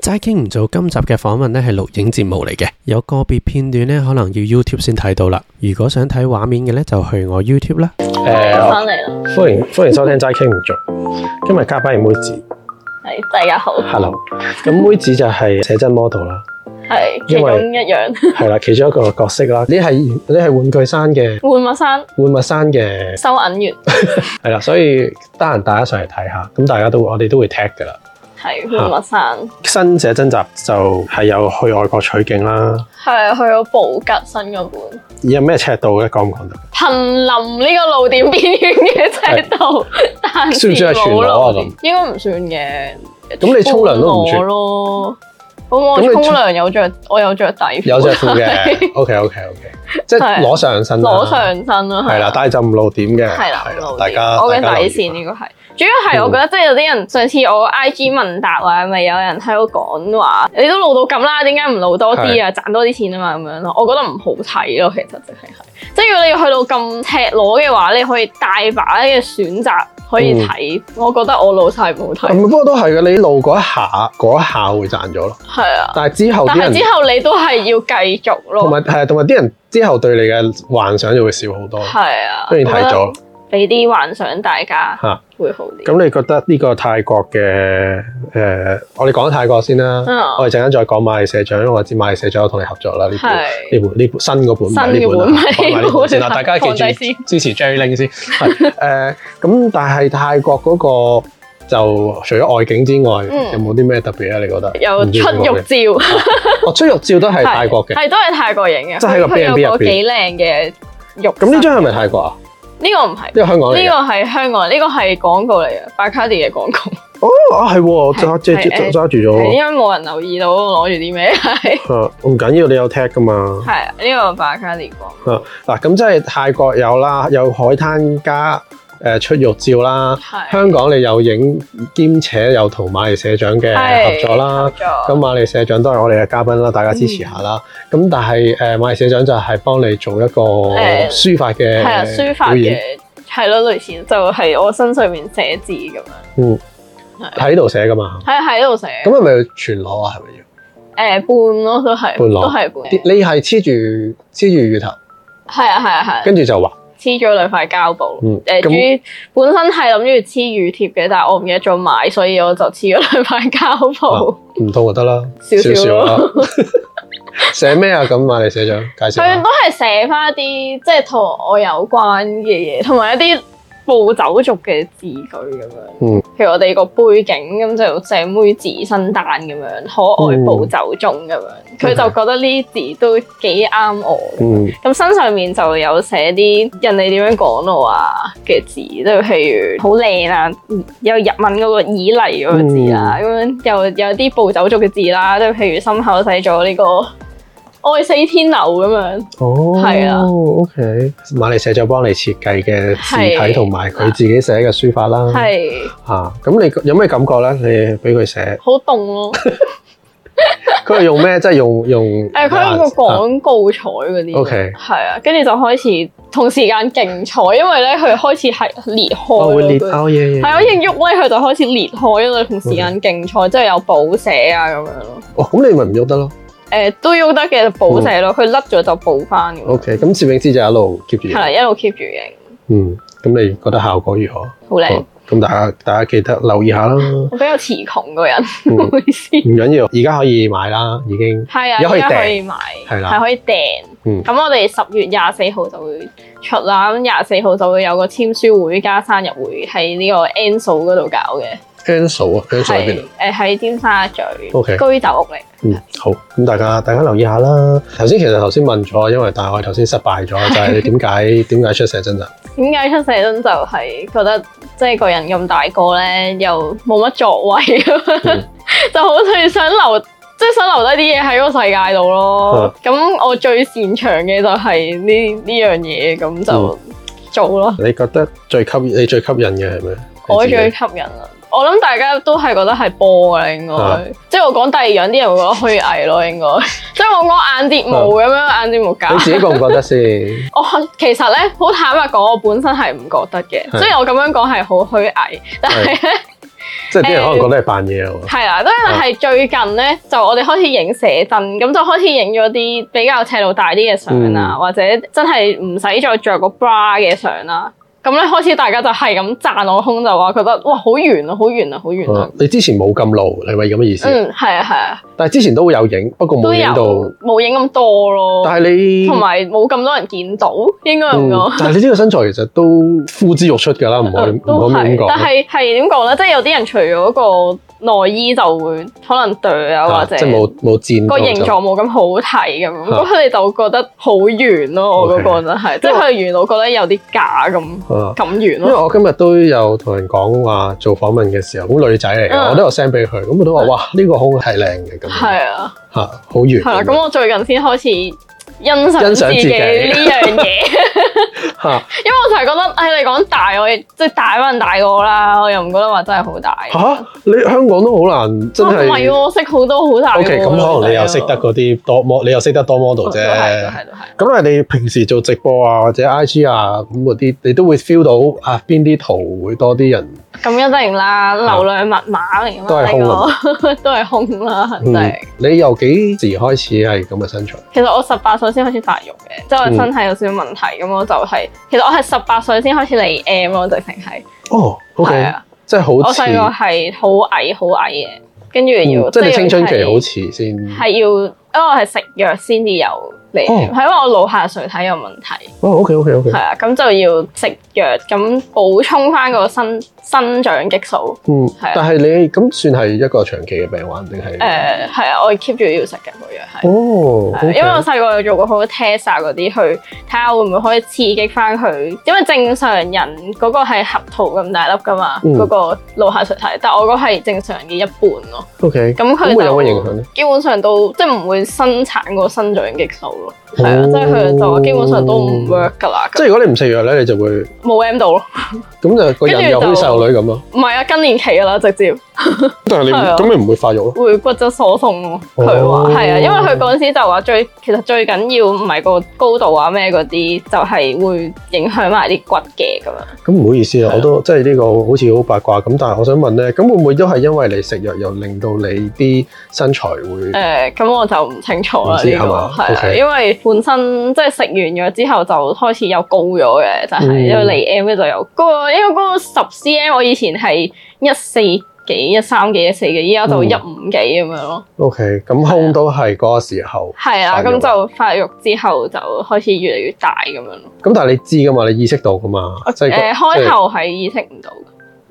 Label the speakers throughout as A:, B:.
A: 齋傾唔做今集嘅訪問呢係錄影節目嚟嘅，有個別片段呢可能要 YouTube 先睇到啦。如果想睇畫面嘅呢，就去我 YouTube 啦。
B: 誒、
C: 翻嚟啦，
B: 歡迎歡迎收聽齋傾唔做。今日嘉賓係妹子
C: 係大家好，
B: ，hello。咁妹子就係寫真 model 啦，
C: 係其
B: 因為
C: 中一樣
B: 係啦，其中一個角色啦。呢係呢係玩具山嘅
C: 換物山
B: 玩物山嘅
C: 收銀員
B: 係啦，所以得閒大家上嚟睇下。咁大家都我哋都會 tag 㗎啦。
C: 係換物山，
B: 新寫真集就係有去外國取景啦。
C: 係啊去咗布吉新嗰本
B: 有咩尺度咧？講唔講得？
C: 瀕臨呢個路點邊緣嘅尺 度，但
B: 算唔算係全裸啊
C: 冇路應該唔算嘅。
B: 咁你沖涼都唔算
C: 半裸咯？咁我
B: 咁你
C: 沖涼有着，我有着底褲，
B: 有隻 褲嘅。OK OK OK，即係
C: 係
B: 攞上身啦。
C: 裸上身啊啦，
B: 係啦，但係就唔露點嘅。
C: 係啦，
B: 係啊
C: 露
B: 大
C: 啲
B: 家
C: 我嘅
B: 大家留
C: 底
B: 意
C: 線呢個係，主要係我覺得即係有啲人上次我 I G 問答啊，咪有人喺度講話，你都露到咁啦，點解唔露多啲啊？賺多啲錢啊嘛咁樣咯，我覺得唔好睇咯，其實即係係，即係如果你要去到咁赤裸嘅話，你可以大把嘅選擇可以睇，
B: 嗯
C: 我覺得我老細唔好
B: 啊
C: 睇，
B: 唔不過都係嘅，你路嗰一下嗰一下會賺咗咯，
C: 係啊，
B: 但係之後
C: 但
B: 啲
C: 係
B: 人
C: 之後你都係要繼續
B: 同
C: 咯，
B: 埋係啊同埋啲人之後對你嘅幻想就會少好多。
C: 係啊，
B: 雖然
C: 我
B: 睇
C: 覺得
B: 咗
C: 俾啲幻想大家
B: 嚇，
C: 會好啲，
B: 咁你覺得呢個泰國嘅誒，我哋講泰國先啦，
C: 嗯
B: 我哋陣間再講馬來社長，因為我知馬來社長有同你合作啦，呢本
C: 係
B: 呢本呢本新嗰本唔係
C: 新嘅本
B: 呢啊
C: 唔係
B: 買呢本先啦，
C: 呢
B: 大
C: 本
B: 家記
C: 放低
B: 住支持 J Ling 先。係誒咁，但係泰國嗰個就除咗外景之外，
C: 嗯
B: 有冇啲咩特別咧？你覺得
C: 有
B: 唔知
C: 出
B: 點講嘅
C: 浴照。
B: 哦，出浴照都係泰國嘅。
C: 係都係泰國影嘅，
B: 即係喺個
C: 佢佢
B: B&B
C: 有
B: 入
C: 個
B: 邊
C: 幾靚嘅浴室。
B: 咁呢張係咪泰國啊？
C: 呢個唔係，
B: 呢個香港嚟
C: 呢
B: 嘅。
C: 個係香港，呢個係廣告嚟嘅 b a c a d i 嘅廣告，
B: 哦，啊係喎，揸
C: 係
B: 揸
C: 係
B: 揸揸住
C: 係
B: 咗
C: 因為冇人留意到我攞住啲咩， 係
B: 喎。啊，唔緊要，你有 tag 噶嘛？
C: 係啊呢個 b a c a d i 廣告，
B: 啊，嗱，咁即係泰國有啦，有海灘加誒出浴照啦。
C: 係
B: 香港你有影，兼且有同馬來社長嘅合作啦。咁
C: 咁
B: 馬來社長都係我哋嘅嘉賓啦，大家支持下啦。咁、
C: 嗯
B: 但係誒、呃、馬來社長就係幫你做一個
C: 誒
B: 書法嘅
C: 係啊書法
B: 表演，
C: 嘅係咯，類似就係我身上面寫字咁樣，
B: 嗯，
C: 係
B: 喺度寫噶嘛。
C: 喺喺度寫，
B: 咁係咪全裸啊？係咪要？
C: 誒半咯都係，
B: 半裸
C: 都係半，
B: 你你係黐住黐住乳頭，
C: 係啊係啊係啊。
B: 跟住就畫。
C: 黐咗兩塊膠布
B: 嗯。
C: 誒，
B: 咁
C: 至於本身係諗住黐乳貼嘅，但係我唔記得咗買，所以我就黐咗兩塊膠布。
B: 唔痛就得啦，
C: 少少
B: 啦。 寫咩啊？咁馬你社長介紹
C: 佢
B: 下
C: 都。係啊寫翻啲即係同我有關嘅嘢，同埋一啲暴走族嘅字句咁樣。
B: 嗯
C: 譬如我哋個背景咁就寫妹子生蛋咁樣，可愛
B: 嗯
C: 暴走中咁樣。佢、就覺得呢啲字都幾啱我。
B: 嗯
C: 咁身上面就有寫啲人哋點樣講我啊嘅字，即係譬如好靚啊，有日文嗰個以嚟嗰個字啊，
B: 嗯
C: 咁、樣又有啲暴走族嘅字啦，即係譬如心口寫咗呢個愛死天流咁樣，
B: 哦，
C: 係啊
B: ，OK。馬你社長幫你設計嘅字體
C: 係
B: 同埋佢自己寫嘅書法啦。
C: 係
B: 啊，咁你有咩感覺咧？你俾佢寫，
C: 好凍 咯。
B: 佢係用咩？即係用用。
C: 誒，佢有個廣告彩嗰啲
B: OK
C: 係啊，跟住就開始同時間競彩，因為咧佢開始係裂開
B: 我哦會
C: 咯
B: 裂
C: 佢
B: 勾嘢嘢。
C: 係啊，一喐咧佢就開始裂開，因為同時
B: 嗯
C: 間競賽，即係有補寫啊咁樣咯。
B: 哦，咁你咪唔喐得咯。
C: 誒、都喐得嘅就補寫咯，佢甩咗就補翻咁樣。
B: 哦 OK，咁攝影師就一路 keep 住影
C: 係。啦，一路 keep 住影，
B: 嗯，咁你覺得效果如何？
C: 好靚
B: 好。咁大家大家記得留意下啦。
C: 我比較詞窮個人，
B: 嗯
C: 唔好意思。
B: 唔緊要，而家可以買啦，已經。
C: 係啊，
B: 而家可以
C: 而家可
B: 訂
C: 以買，
B: 係啦
C: 係可以訂。
B: 嗯
C: 咁我哋十月廿四號就會出啦，咁廿四號就會有個簽書會加生日會喺呢個 Anso 嗰度搞嘅，
B: Ansel 啊，Ansel 喺邊
C: 係
B: 度？
C: 誒喺尖沙咀
B: OK
C: 居酒屋嚟。
B: 嗯，好，咁大家大家留意下啦。頭先其實頭先問咗，因為但係我哋頭先失敗咗，就係 你點解點解出寫真集？啊
C: 點解出世真就係覺得即係個人咁大個咧，又冇乜作為咁樣，
B: 嗯
C: 就好似想留，即係想留低啲嘢喺個世界度
B: 嗯
C: 咯。咁、我最擅長嘅就係呢呢樣嘢，咁
B: 嗯
C: 就做咯。
B: 你覺得最吸你最吸引嘅係咩？
C: 我
B: 你自己
C: 最吸引啦，我諗大家都係覺得係波㗎啦，應該。
B: 啊
C: 即係我講第二樣，啲人會覺得虛偽咯，應該。即係我講眼睫
B: 啊
C: 毛咁樣，眼睫毛
B: 你
C: 假。
B: 自己覺唔覺得 先？
C: 我其實咧，好坦白講，我本身係唔覺得嘅，
B: 係
C: 雖然我咁樣講係好虛偽，但係咧，啊
B: 即係啲人可能覺得係扮嘢喎。
C: 係啦，
B: 啊
C: 咁但係最近咧，就我哋開始影寫真，咁就開始影咗啲比較尺度大啲嘅相
B: 嗯
C: 啦，或者真係唔使再着個 bra 嘅相啦。咁咧開始大家就係咁讚我胸，就話覺得哇好圓啊，好圓啊，好圓啊
B: 嗯。你之前冇咁露，係咪咁嘅意思？
C: 嗯，係啊，係啊，
B: 但係之前都會有影，不過
C: 都
B: 冇
C: 有
B: 影到。
C: 冇影咁多咯，
B: 但係你
C: 同埋冇咁多人見到，應該咁
B: 嗯
C: 講。
B: 但係你呢個身材其實都呼之欲出㗎啦，唔可以唔
C: 都
B: 可以咁
C: 係，但
B: 講。
C: 係係點講咧？即係有啲人除咗個內衣就會可能對啊，或
B: 啊
C: 者
B: 即係冇冇戰
C: 個
B: 鬥
C: 形
B: 就
C: 狀冇咁好睇咁樣，
B: 啊
C: 咁佢哋就覺得好圓咯。我嗰個真係，即係佢哋圓到覺得有啲假咁
B: 啊
C: 咁圓
B: 因為
C: 咯。
B: 我今日都有同人講話做訪問嘅時候，咁女仔嚟
C: 嗯
B: 嘅，我都有 send 俾佢，咁佢都話：哇，呢個胸係靚嘅咁樣，
C: 啊係啊，
B: 嚇好圓。
C: 係啦。咁我最近先開始欣賞
B: 嗯欣
C: 自
B: 賞
C: 己
B: 自己
C: 呢樣嘢，
B: 嚇
C: 因為我就係覺得，誒你講大我，即係大班人大過我啦，我又唔覺得話真係好大。
B: 嚇，你香港都好難真
C: 啊唔係喎，
B: 係。
C: 我識好多好大個
B: O K，咁可能你又識得
C: 女仔
B: 嗰啲多 model，你又識得多
C: 喎
B: model 啫。
C: 啊係係係係。
B: 咁但係你平時做直播啊或者 I G 啊咁嗰啲，你都會 feel 到啊邊啲圖會多啲人
C: 咁一定啦，流量密碼嚟㗎
B: 啊
C: 嘛，
B: 都係空嗯啊
C: 呢個 都係空啦，真係。
B: 你由幾時開始係咁嘅身材？
C: 其實我十八歲先開始發育嘅，即係
B: 嗯
C: 我身體有少少問題，咁、我就係、其實我係十八歲先開始嚟 M 咯，直情係，
B: 哦
C: 係
B: ，OK，
C: 啊，
B: 即係
C: 我
B: 好似
C: 細，個係好矮好矮嘅，跟住要、
B: 嗯即係你青春期好
C: 似
B: 似先，
C: 係要，因為我係食藥先至有嚟 M，
B: 哦
C: 係、因為我腦下垂體有問題，
B: 哦，OK，OK，OK，
C: 係啊，咁就要食藥，咁補充翻個生生長激素，
B: 嗯
C: 係啊，
B: 但係你咁算係一個長期嘅病患定係？
C: 誒係啊，我 keep 住要食嘅個藥
B: 哦，OK，
C: 係。係啊因為我細個有做過好多 test 啊嗰啲，去睇下會唔會可以刺激翻佢，因為正常人嗰個係合桃咁大粒噶嘛，
B: 嗯
C: 嗰、個腦下垂體，但我嗰個係正常人嘅一半咯。
B: OK，
C: 咁佢
B: 咁會有
C: 就
B: 乜影響咧？
C: 基本上都即係唔會生產個生長激素咯，係啊、
B: 哦
C: 即係佢就話基本上都唔 work 噶啦，
B: 即係如果你唔食藥咧，你就會
C: 冇 M 到咯，
B: 咁就個人又好似細路女咁咯。
C: 唔係啊更年期噶啦直接。
B: 但係你唔
C: 係啊
B: 咁你唔會發育咯？
C: 會骨質疏鬆咯。
B: 哦
C: 佢話係啊，因為佢嗰陣時就話最其實最緊要唔係個高度啊咩嗰啲，就係、會影響埋啲骨嘅咁樣。
B: 咁唔好意思
C: 係
B: 啊
C: 啊，
B: 我都即係呢個好似好八卦咁，但係我想問咧，咁會唔會都係因為你食藥又令到你啲身材會
C: 誒、？咁我就唔清楚
B: 嗯唔
C: 啦
B: 知
C: 呢、個
B: 係嘛
C: 係啊，
B: OK
C: 因為本身即係食完咗之後就開始又高咗嘅，就係、
B: 嗯
C: 因為嚟 M 咧就有高啊，因為嗰個十 cm 我以前係一四幾、一三幾、一四幾，依家就
B: 嗯
C: 一五幾咁樣咯。
B: O K，咁
C: 啊
B: 胸都係嗰個時候，
C: 係啊，
B: 發育
C: 咁就發育之後就開始越嚟越大咁樣咯。
B: 咁但係你知噶嘛，你意識到噶嘛，即係
C: 誒、
B: 個
C: 開，
B: 即係
C: 頭係意識唔到。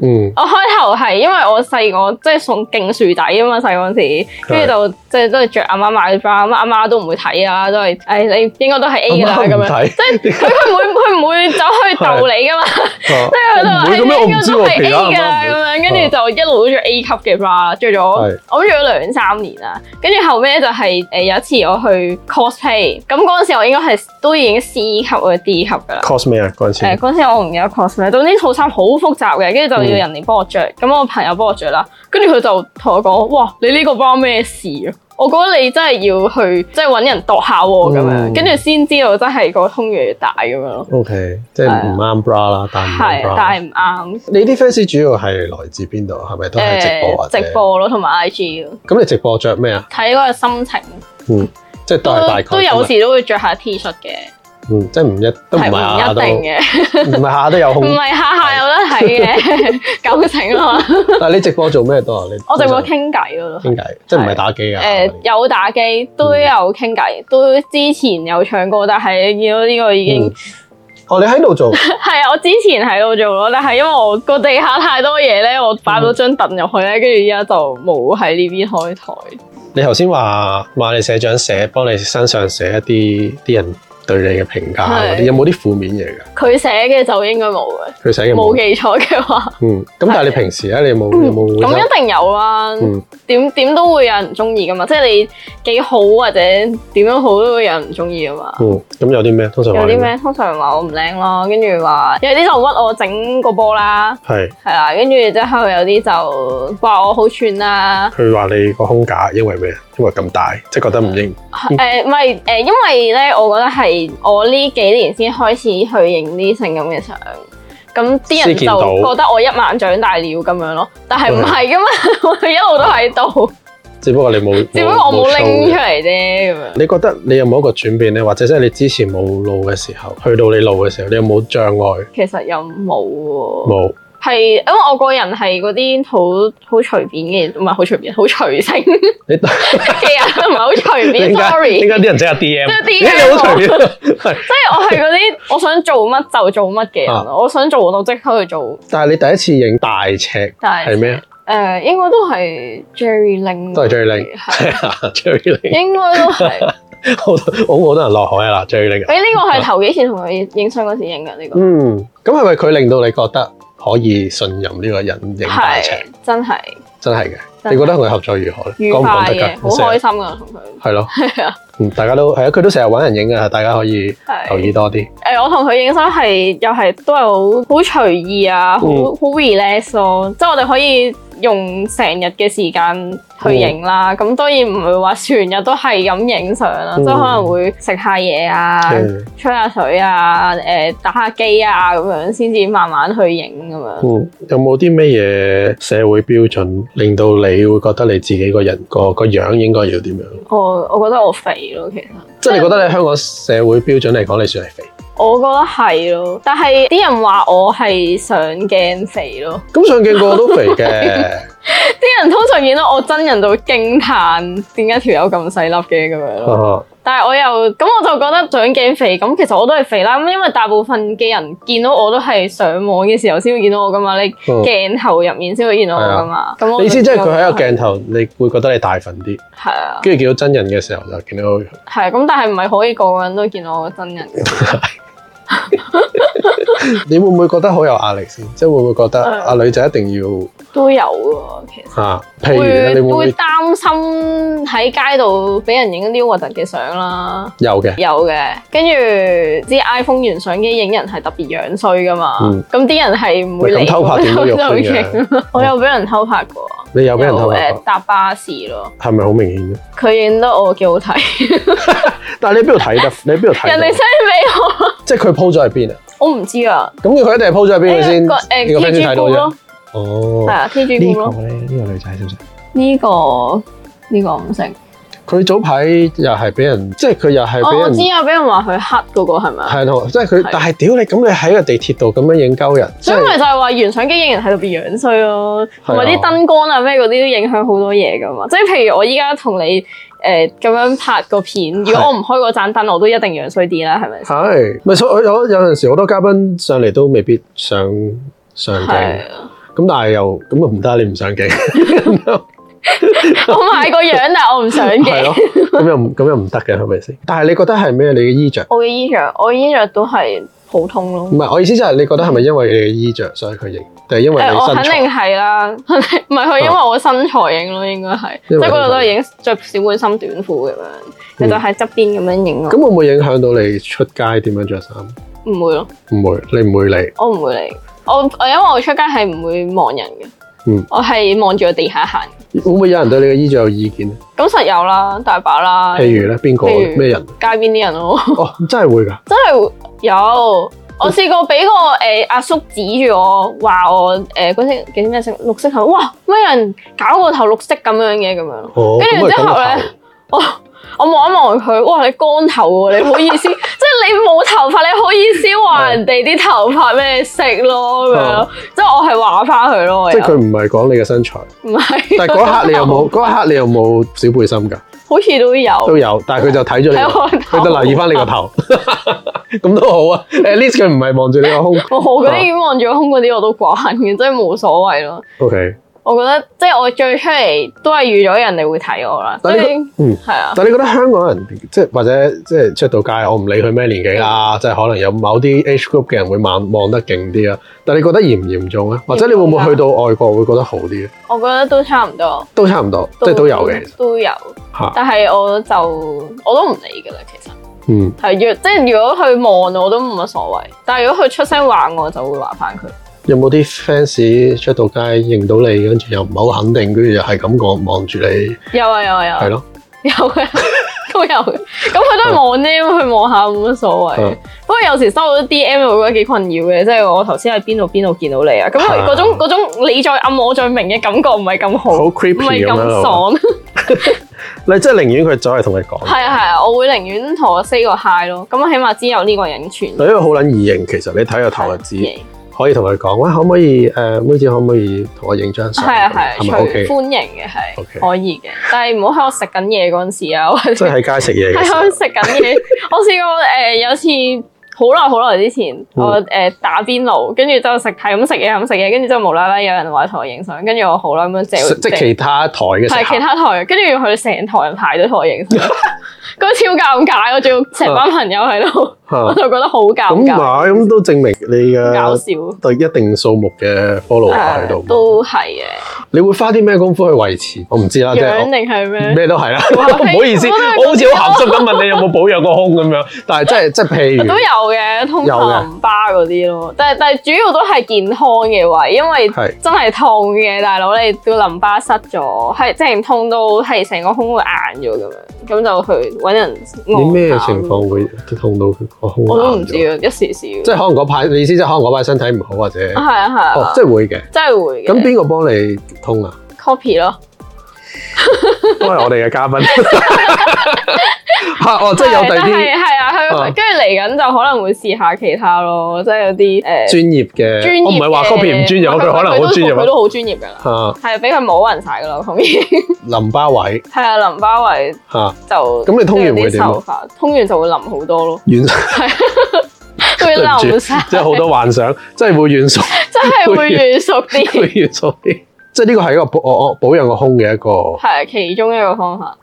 B: 嗯，
C: 我開頭係因為我細個即係送勁樹仔啊嘛，細個嗰時，跟住就即係都係着阿媽買嘅 bra，咁阿媽都唔會睇啊，都係誒、唉你應該都係 A 㗎啦
B: 阿媽
C: 咁
B: 唔
C: 樣，
B: 睇
C: 即係佢佢唔會佢唔會走去鬥你㗎嘛，
B: 啊
C: 即係佢就話
B: 我唔會咁
C: 唉
B: 樣，
C: 你
B: 我
C: 應
B: 唔
C: 該
B: 知
C: 都
B: 喎，
C: 係
B: 其
C: A
B: 他
C: 㗎啦
B: 咁
C: 咁樣，跟住
B: 啊
C: 就一路都着 A 級嘅 bra，着咗我
B: 係
C: 諗着咗兩三年啦，跟住後尾就係、誒、有一次我去 cosplay，咁嗰陣時我應該係都已經 C 級或者 D 級㗎啦。
B: cos 咩啊嗰陣
C: 誒
B: 時，
C: 嗰陣時我唔記得 cos 咩，總之套衫好複雜嘅，跟住
B: 嗯
C: 就要人嚟幫我着。咁、我朋友幫我着啦，跟住佢就同我講：哇，你呢個 bra 咩事啊？我覺得你真係要去即係揾人度下喎，咁樣
B: 嗯
C: 跟住先知道真係個胸越嚟越大咁樣咯。
B: O K，即係唔啱 bra 啦，但唔啱
C: 係，
B: bra。
C: 但係唔啱。
B: 你啲 fans 主要係來自邊度？係咪都係直播或者？
C: 誒直。播咯，同埋 IG 咯，
B: 咁你直播着咩啊？
C: 睇嗰個心情
B: 嗯，即係都係大概
C: 都都有
B: 啫嘛，
C: 時都會着下 T 恤嘅，
B: 嗯，即係唔一都唔
C: 係
B: 係下下都，
C: 唔一定嘅，
B: 唔係下下都有
C: 唔
B: 空。
C: 係下下有得睇嘅， 九成啊嘛。
B: 但係你直播做咩多啊？你
C: 我直播傾偈咯。
B: 傾偈，即係唔係打機
C: 誒、
B: 啊？
C: 有打機，都有傾偈，都之前有唱歌，但係見到呢個已經
B: 嗯哦，你喺度做，
C: 係啊、我之前喺度做咯，但係因為我個地下太多嘢咧，我擺咗張凳入去咧，跟住依家就冇喺呢邊開台。
B: 你頭先話話你社長寫幫你身上寫一啲啲人對你嘅評價
C: 係
B: 嗰啲，有冇啲負面嘢㗎？
C: 佢寫嘅就應該冇嘅，
B: 佢寫嘅
C: 冇記錯嘅話，
B: 嗯，咁但係你平時咧，你有冇有冇
C: 咁一定有啦。
B: 嗯
C: 點點都會有人中意噶嘛，即係你幾好或者點樣好都會有人中意噶嘛。
B: 嗯，咁有啲咩？通常
C: 有
B: 話你
C: 啲？咩通常話我唔靚咯，跟住話有啲就屈我整個波啦。
B: 係
C: 係啦，跟住之後有啲就話我好串啊啦，
B: 佢話你個胸架因為咩？因為咁大，即係覺得唔應。
C: 誒唔係誒，因為咧，我覺得係我呢幾年先開始去影啲性感嘅相，咁咁啲
B: 先
C: 人
B: 見到
C: 就覺得我一晚長大了咁樣咯。但係唔係 噶嘛，我哋一路都喺度，
B: 只不過你冇，
C: 只不過我冇
B: show
C: 拎
B: 嘅
C: 出嚟啫咁樣。
B: 你覺得你有冇一個轉變咧？或者即係你之前冇路嘅時候，去到你路嘅時候，你有冇障礙？
C: 其實又冇喎，
B: 冇，
C: 係因為我個人係嗰啲好好隨便嘅，唔係好隨便，好隨性
B: 你
C: 嘅人，唔係好隨 便
B: 點解
C: ，sorry
B: 點。解啲人即刻 D M？
C: 即係
B: 咦
C: DM
B: 你好隨便， 係。
C: 即係我係嗰 啲我想做乜就做乜嘅人
B: 啊
C: 咯，我想做我就即刻去做，
B: 但係你第一次影大尺
C: 但係
B: 係咩？
C: 誒應該都係 Jerry Ling，
B: 都係 Jerry Ling
C: 係
B: 最靚，
C: 應該都係。
B: 好多好好多人落海啊！嗱，最靚。
C: 誒呢個係頭幾次同佢影相嗰時影嘅呢個，
B: 嗯，咁係咪佢令到你覺得可以信任呢個人影大尺？
C: 係真係
B: 真係嘅。
C: 真係
B: 你覺得同佢合作如何咧？
C: 愉
B: 講唔
C: 快
B: 講得
C: 嘅，
B: 㗎？
C: 好開心啊同佢。
B: 係咯，
C: 係啊，
B: 嗯大家都係啊，佢都成日揾人影嘅，大家可以留
C: 係
B: 意多啲。
C: 誒，呃我同佢影相係又係都係好好隨意啊，好好
B: 嗯
C: relax 咯，即係我哋可以用成日嘅時間去影啦。咁當然唔會話全日都係咁影相啦，
B: 嗯
C: 即係可能會食下嘢啊，
B: 嗯
C: 吹下水啊，誒打下機啊咁樣，先至慢慢去影咁樣。
B: 嗯，有冇啲咩嘢社會標準令到你會覺得你自己個人個個樣應該要點樣？
C: 我我覺得我肥咯，其實。
B: 即係你覺得你香港社會標準嚟講，你算係肥。
C: 我覺得係咯，但係啲人話我係上鏡肥咯，
B: 咁上鏡個個都肥嘅，
C: 啲人通常見到我真人就會驚歎點解條友咁細粒嘅咁樣咯。
B: 啊
C: 但係我又咁我就覺得上鏡肥，咁其實我都係肥啦。咁因為大部分嘅人見到我都係上網嘅時候先會見到我噶嘛，你
B: 嗯
C: 鏡頭入面先會見到我噶嘛。咁我
B: 你意思即係佢喺
C: 一
B: 個鏡頭，你會覺得你大份啲，
C: 係啊，
B: 跟住見到真人嘅時候就見到佢
C: 係啊咁，但係唔係可以個個人都見到我真人嘅？
B: 你會唔會覺得好有壓力先？即係會唔會覺得
C: 嗯
B: 阿女仔一定要
C: 都有喎，其實。
B: 啊？譬如咧，你
C: 會
B: 會唔
C: 會
B: 會
C: 擔心喺街度俾人影啲核突嘅相啦，
B: 有嘅？
C: 有嘅。跟住啲 iPhone 原相機影人係特別樣衰噶嘛，
B: 嗯
C: 咁啲、人係唔會
B: 喂咁
C: 理
B: 偷拍點都肉酸嘅
C: 影咯。我有俾人偷拍過，
B: 你有俾人偷
C: 有
B: 拍
C: 誒
B: 過，
C: 搭巴士咯，
B: 係咪好明顯咧？
C: 佢影得我幾好睇，
B: 但係你邊度睇 得？你邊度睇
C: 人哋 send
B: 到？
C: 俾我，
B: 即係佢 po 咗喺邊啊？
C: 我唔知啊。
B: 咁佢一定係 po 咗喺邊佢先？
C: 呢個
B: 你個 friend 先
C: TG
B: 睇到
C: group
B: 啫
C: 咯。，
B: 哦
C: 係，啊 TG
B: 呢
C: group 咯，
B: 個咧，呢個女仔識唔識？
C: 呢個呢個唔識。
B: 佢早排又係俾人，即係佢又係
C: 哦，
B: 俾
C: 我
B: 人
C: 知啊，俾人話佢黑嗰個係咪啊？
B: 係咯，即係佢
C: 係。
B: 但係屌你咁，你喺個地鐵度咁樣影鳩人，即
C: 所以
B: 係
C: 咪就係話原相機影人係特別樣衰咯，同埋啲燈光啊咩嗰啲都影響好多嘢噶嘛。即係譬如我依家同你誒咁、樣拍個片，如果
B: 係
C: 我唔開嗰盞燈，我都一定樣衰啲啦，係咪先？
B: 係咪？所以有有陣時好多嘉賓上嚟都未必上上鏡
C: 係。啊，
B: 咁但係又咁啊唔得，你唔上鏡，
C: 我買個樣，但係我唔想
B: 係啊
C: 嘅
B: 咯。，咁又唔咁又唔得嘅，係咪先？但係你覺得係咩？你嘅衣着
C: 我嘅衣着，我嘅衣着都係普通咯
B: 唔。係我意思就係你覺得係咪因為你嘅衣着所以佢影，定係因為
C: 誒、
B: 你
C: 我
B: 身
C: 肯定
B: 材？
C: 係啦， 肯定唔係佢因為我身材影咯，應該係，即
B: 因為你
C: 係
B: 嗯
C: 嗰度都係影着小背心短褲咁樣，佢就喺側邊咁樣影
B: 咁
C: 咯，
B: 會唔會影響到你出街點樣着衫？
C: 唔會咯。
B: 唔會，你唔會理。
C: 我唔會理我，我因為我出街係唔會望人嘅，
B: 嗯
C: 我係望住個地下行。
B: 會唔會有人對你嘅衣着有意見咧？
C: 咁實有啦，大把啦。
B: 譬如咧，邊個
C: 譬如
B: 咩人？
C: 街邊啲人咯，
B: 哦，真係會㗎。
C: 真係有。我試過俾個誒阿、叔指住我，話我誒嗰啲幾咩色綠色頭，哇咩人搞個頭綠色咁樣嘅咁樣咯。
B: 哦，
C: 跟住
B: 咁佢
C: 之後
B: 咁
C: 咧我我望一望佢，哇你乾頭喎，你好意 思，即係你冇頭髮，你好意思話人哋啲頭髮咩色咯咁樣
B: 哦
C: 咯，即係我係啊話翻佢咯，我
B: 頭即係
C: 又
B: 佢唔係講你嘅身 材，
C: 唔係，
B: 但係嗰一刻你有 冇？嗰一刻你有冇小背心㗎？
C: 好似都有，
B: 都有，但係佢就睇咗你
C: 睇
B: 個，
C: 我個頭
B: 佢就留意翻你個頭， 咁都好啊。At least 佢唔係望住你 個胸。
C: 我嗰啲已經望住個胸嗰啲我都慣嘅，真係冇所謂咯。
B: O K，
C: 我覺得即係我最出嚟都係預咗人哋會睇我啦，
B: 但
C: 所
B: 係
C: 以
B: 呢個嗯
C: 係 啊，
B: 但係你覺得香港人即係或者即係出到街，我唔理佢咩年紀啦，
C: 嗯
B: 即係可能有某啲 age group 嘅人會望望得勁啲啊。但係你覺得嚴唔嚴重啊
C: 啊
B: 咧？或者你會唔會去到外國會覺得好啲咧？
C: 我覺得都差唔多，
B: 都差唔多，即係都有嘅。其實
C: 都有。
B: 嚇，
C: 但係我就我都唔理㗎啦，其實
B: 嗯，
C: 係若即係如果佢望我都冇乜所謂，但係如果佢出聲話我就會話翻佢。
B: 有冇啲 fans 出到街認到你，跟住又唔係好肯定，跟住又係咁講望住你，
C: 有啊有啊有啊
B: 係咯？
C: 有嘅，都有嘅。咁佢都望啫，佢望下冇乜所謂。
B: 嗯
C: 不過有時收到 D M 會覺得幾困擾嘅，即係我頭先喺邊度邊度見到你啊。咁
B: 啊
C: 嗰種嗰種你再暗我再明嘅感覺唔係咁好，
B: 好
C: 唔
B: creepy 咁
C: 係
B: 樣
C: 咁
B: 啊！
C: 爽。
B: 你真係寧願佢走嚟同你講，
C: 係啊係啊，我會寧願同我 say 個 hi 咯。咁起碼知有呢個人存
B: 因為好撚易認，其實你睇個頭就知，
C: 嘅。
B: 可以同佢講，喂，可唔可以誒、呃妹姐可唔可以同我影張相？
C: 係啊係啊，
B: 係咪
C: 隨
B: OK？
C: 歡迎嘅係
B: OK
C: 可以嘅，但係唔好喺我食緊嘢嗰陣時啊，或
B: 即
C: 者。
B: 係喺街食嘢嘅時
C: 係
B: 候
C: 我，食 緊嘢，我試過誒、呃有次好耐好耐之前，
B: 嗯
C: 我誒、呃打邊爐，跟住就食係咁食嘢，係咁食嘢，跟住就無啦啦有人話同我影相，跟住我好啦咁樣借
B: 食即係其他台嘅食
C: 係其
B: 客。
C: 他台，跟住佢成台人排隊同我影相， 嗰個超尷尬，我仲要成班朋友喺度， 我
B: 嚇
C: 就覺得好尷
B: 咁
C: 尬，
B: 話咁都證明你
C: 搞
B: 嘅
C: 笑。
B: 對一定數目嘅 follower 喺
C: 誒
B: 度。
C: 都係嘅，
B: 你會花啲咩功夫去維持？我唔知啊啦，即係我
C: 樣定係咩？
B: 咩都係啦，
C: 哇
B: 唔好意思，
C: 我都係
B: 我好似好鹹濕咁問你有冇保養個胸咁樣，但係真 係即係譬如
C: 都有嘅，通
B: 有嘅
C: 淋巴嗰啲咯，但係但係主要都係健康嘅位，因為
B: 係
C: 真係痛嘅，大佬你個淋巴塞咗，係即係痛到係成個胸會硬咗咁樣，咁就去揾人按下
B: 你咩情？況會痛到個胸
C: 我都唔知
B: 硬咗
C: 啊，一時時
B: 即係可能嗰排你意思即係可能嗰排身體唔好或者
C: 啊係啊係
B: 哦
C: 啊，，
B: 即係會嘅。
C: 真係會嘅。
B: 咁邊個幫你通啊？
C: copy 咯？
B: 都係我哋嘅嘉賓。 嚇哦，即係有第
C: 但
B: 啲
C: 係係啊，佢
B: 啊
C: 跟住嚟緊就可能會試下其他咯，即係有啲誒
B: 專業嘅，
C: 專業嘅。
B: 我唔係話 copy 唔專業，啊佢可能好專
C: 佢都
B: 業
C: 好專業㗎啦。
B: 啊。
C: 係啊俾佢冇暈晒㗎啦，我同意。
B: 嚇淋巴位
C: 係啊，淋巴位
B: 嚇
C: 就
B: 咁你通完會點啊
C: 有啲手法通完就會淋好多咯，
B: 軟，對
C: 會
B: 唔住
C: 流晒，
B: 即係好多幻想，即係會軟 熟。
C: 真 係會軟熟
B: 佢
C: 啲，
B: 要做啲，即係呢個係一個保我我保養個胸嘅一個，
C: 係啊其中一個方法。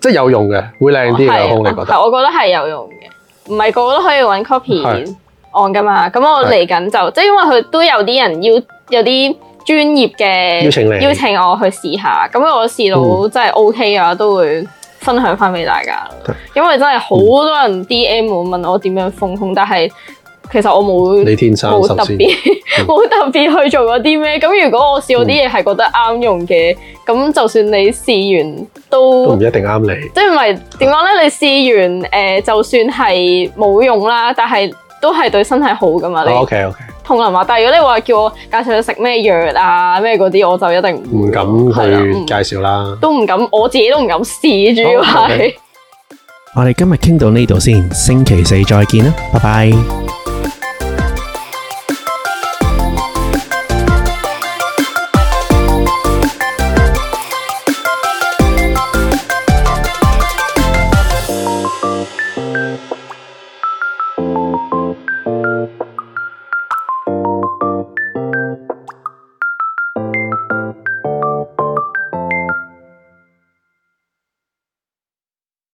B: 即係有用嘅，會靚啲嘅
C: 哦係啊
B: 個胸，你覺得？
C: 係我覺得係有用嘅，唔係個個都可以揾 copy
B: 係
C: 按噶嘛。咁我
B: 係
C: 嚟緊就即係因為佢都有啲人要有啲專業嘅
B: 邀請你嗯
C: 邀請我去試下，咁我試到真係 OK 啊，都會。分享翻俾大家咯，因為真係好多
B: 嗯
C: 人 D.M 我問我點樣豐胸，但係其實我冇
B: 你天生
C: 冇
B: 首
C: 特
B: 先，
C: 別
B: 嗯
C: 冇特別去做過啲咩。咁如果我試嗰啲嘢係覺得啱用嘅，咁就算你試完
B: 都唔
C: 都
B: 一定啱 你。
C: 即係唔係點講咧？你試完誒、呃就算係冇用啦，但係都係對身體好噶嘛。你
B: O K O K，
C: 同人話，但係如果你話叫我介紹你食咩藥啊咩嗰啲，我就一定會
B: 唔敢
C: 係啦嗯
B: 去
C: 唔
B: 介紹啦。
C: 都唔敢，我自己都唔敢試，主要
B: 哦好，OK
C: 係。
A: 我哋今日傾到呢度先，星期四再見啦，拜拜。